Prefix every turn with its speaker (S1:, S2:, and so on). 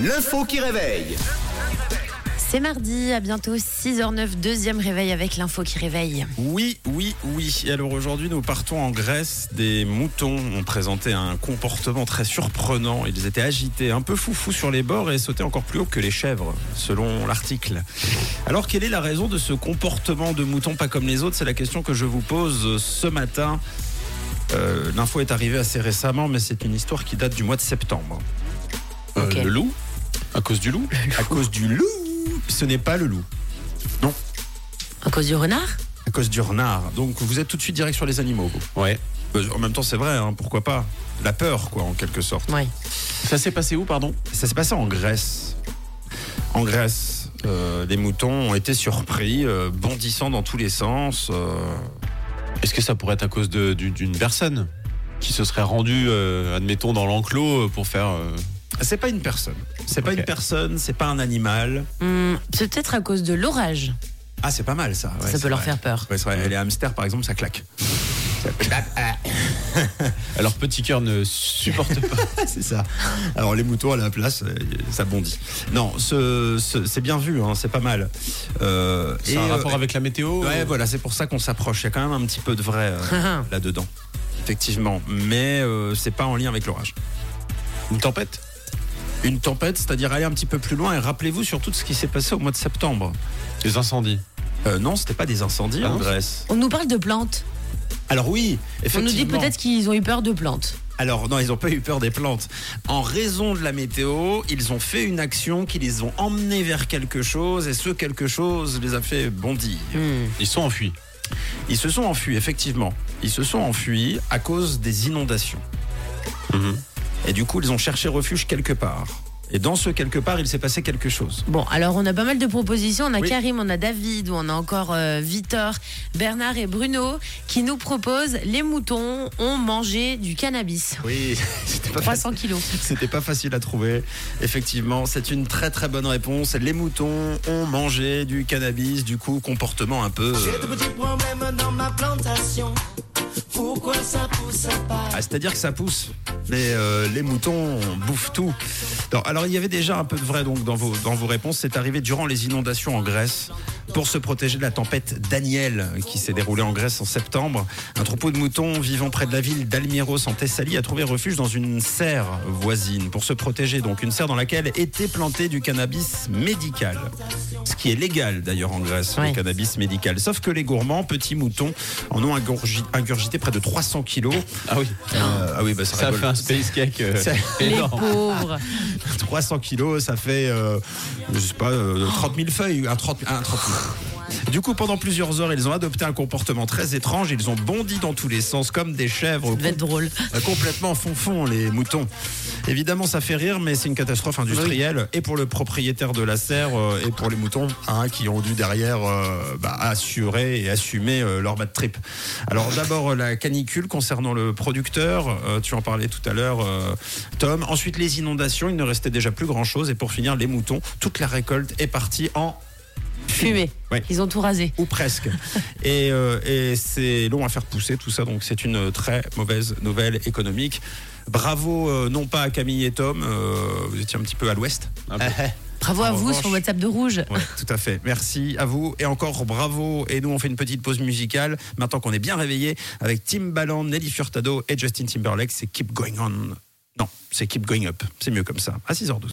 S1: L'info qui réveille.
S2: C'est mardi, à bientôt 6h09, deuxième réveil avec l'info qui réveille.
S3: Oui, oui, oui. Et alors aujourd'hui, nous partons en Grèce. Des moutons ont présenté un comportement très surprenant. Ils étaient agités, un peu foufous sur les bords et sautaient encore plus haut que les chèvres, selon l'article. Alors, quelle est la raison de ce comportement de mouton pas comme les autres C'est la question que je vous pose ce matin. Euh, L'info est arrivée assez récemment, mais c'est une histoire qui date du mois de septembre.
S2: Euh, Ok. le
S3: loup À cause du loup À cause du loup Ce n'est pas le loup. Non.
S2: À cause du renard
S3: À cause du renard. Donc vous êtes tout de suite direct sur les animaux, vous Ouais. En même temps, c'est vrai, hein, pourquoi pas La peur, quoi, en quelque sorte.
S2: Oui.
S4: Ça s'est passé où, pardon
S3: Ça s'est passé en Grèce. En Grèce, euh, les moutons ont été surpris, euh, bondissant dans tous les sens. euh,
S4: Est-ce que ça pourrait être à cause de- du- d'une personne qui se serait rendue, euh, admettons, dans l'enclos euh, pour faire. euh,
S3: C'est pas une personne. C'est pas
S4: Ok.
S3: une personne, c'est pas un animal.
S2: Hum, c'est peut-être à cause de l'orage.
S3: Ah, c'est pas mal ça. Ouais,
S2: ça
S3: c'est
S2: peut leur
S3: vrai.
S2: faire peur.
S3: Ouais, c'est vrai. Et Les hamsters, par exemple, ça claque.
S4: Alors, petit cœur ne supporte pas.
S3: c'est ça. Alors les moutons à la place, euh, ça bondit. Non, ce- ce- c'est bien vu, hein, c'est pas mal. Euh,
S4: C'est
S3: et,
S4: un
S3: euh,
S4: rapport avec la météo
S3: Ouais,
S4: euh,
S3: voilà, c'est pour ça qu'on s'approche. Il y a quand même un petit peu de vrai euh, là-dedans. Effectivement. Mais euh, c'est pas en lien avec l'orage.
S4: Une tempête
S3: Une tempête, c'est-à-dire aller un petit peu plus loin et rappelez-vous surtout de ce qui s'est passé au mois de septembre.
S4: Des incendies
S3: Euh, non, c'était pas des incendies
S4: Ah
S3: en
S4: non
S3: Grèce.
S2: On nous parle de plantes.
S3: Alors oui,
S2: On nous dit
S3: effectivement.
S2: peut-être qu'ils ont eu peur de plantes.
S3: Alors non, ils n'ont pas eu peur des plantes. En raison de la météo, ils ont fait une action qui les ont emmenés vers quelque chose et ce quelque chose les a fait bondir.
S4: Ils sont enfuis.
S3: Ils se sont enfuis, effectivement. Ils se sont enfuis à cause des inondations.
S4: Mhm.
S3: Et du coup, ils ont cherché refuge quelque part. Et dans ce quelque part, il s'est passé quelque chose.
S2: Bon, alors on a pas mal de propositions. On a
S3: Oui.
S2: Karim, on a David, ou on a encore euh, Victor, Bernard et Bruno qui nous proposent les moutons ont mangé du cannabis.
S3: Oui, c'était pas
S2: 300 kilos.
S3: C'était pas facile à trouver. Effectivement, c'est une très très bonne réponse. Les moutons ont mangé du cannabis, du coup, comportement un peu. euh,
S5: J'ai de petits problèmes dans ma plantation. Pourquoi ça pousse pas
S3: Ah, C'est-à-dire que ça pousse. Mais euh, les moutons bouffent tout. Non, alors il y avait déjà un peu de vrai donc dans vos, dans vos réponses. C'est arrivé durant les inondations en Grèce pour se protéger de la tempête Daniel qui s'est déroulée en Grèce en septembre. Un troupeau de moutons vivant près de la ville d'Almiros en Thessalie a trouvé refuge dans une serre voisine pour se protéger. Donc une serre dans laquelle était planté du cannabis médical. Ce qui est légal d'ailleurs en Grèce,
S2: Ouais.
S3: le cannabis médical. Sauf que les gourmands, petits moutons, en ont ingurgi- ingurgité près de 300 kilos.
S4: Ah oui,
S3: Euh, ah oui, bah, ça,
S4: ça a
S3: rigole.
S4: fait un space cake euh,
S3: Ça-
S2: Les
S4: énorme.
S2: pauvres.
S3: 300 kilos, ça fait, euh, je sais pas, euh, 30 000 feuilles. Un 30, un 30 000. Du coup, pendant plusieurs heures, ils ont adopté un comportement très étrange. Ils ont bondi dans tous les sens, comme des chèvres,
S2: Ça devait être drôle.
S3: com- Euh, complètement fonfon, les moutons. Évidemment, ça fait rire, mais c'est une catastrophe industrielle. Et pour le propriétaire de la serre, euh, et pour les moutons, hein, qui ont dû derrière euh, bah, assurer et assumer euh, leur bad trip. Alors d'abord, euh, la canicule concernant le producteur, euh, tu en parlais tout à l'heure, euh, Tom. Ensuite, les inondations, il ne restait déjà plus grand-chose. Et pour finir, les moutons, toute la récolte est partie en
S2: Fumé.
S3: Ouais.
S2: Ils ont tout rasé.
S3: ou presque. et euh, et c'est long à faire pousser tout ça, donc c'est une euh, très mauvaise nouvelle économique. Bravo, euh, non pas à Camille et Tom, euh, vous étiez un petit peu à l'ouest.
S4: Un peu.
S2: Bravo à
S3: En
S2: vous sur
S3: revanche-
S2: WhatsApp de rouge.
S3: Ouais, tout à fait. Merci à vous et encore bravo. Et nous, on fait une petite pause musicale maintenant qu'on est bien réveillé avec Timbaland, Nelly Furtado et Justin Timberlake. C'est Keep Going On. Non, c'est Keep Going Up. C'est mieux comme ça. À 6h12.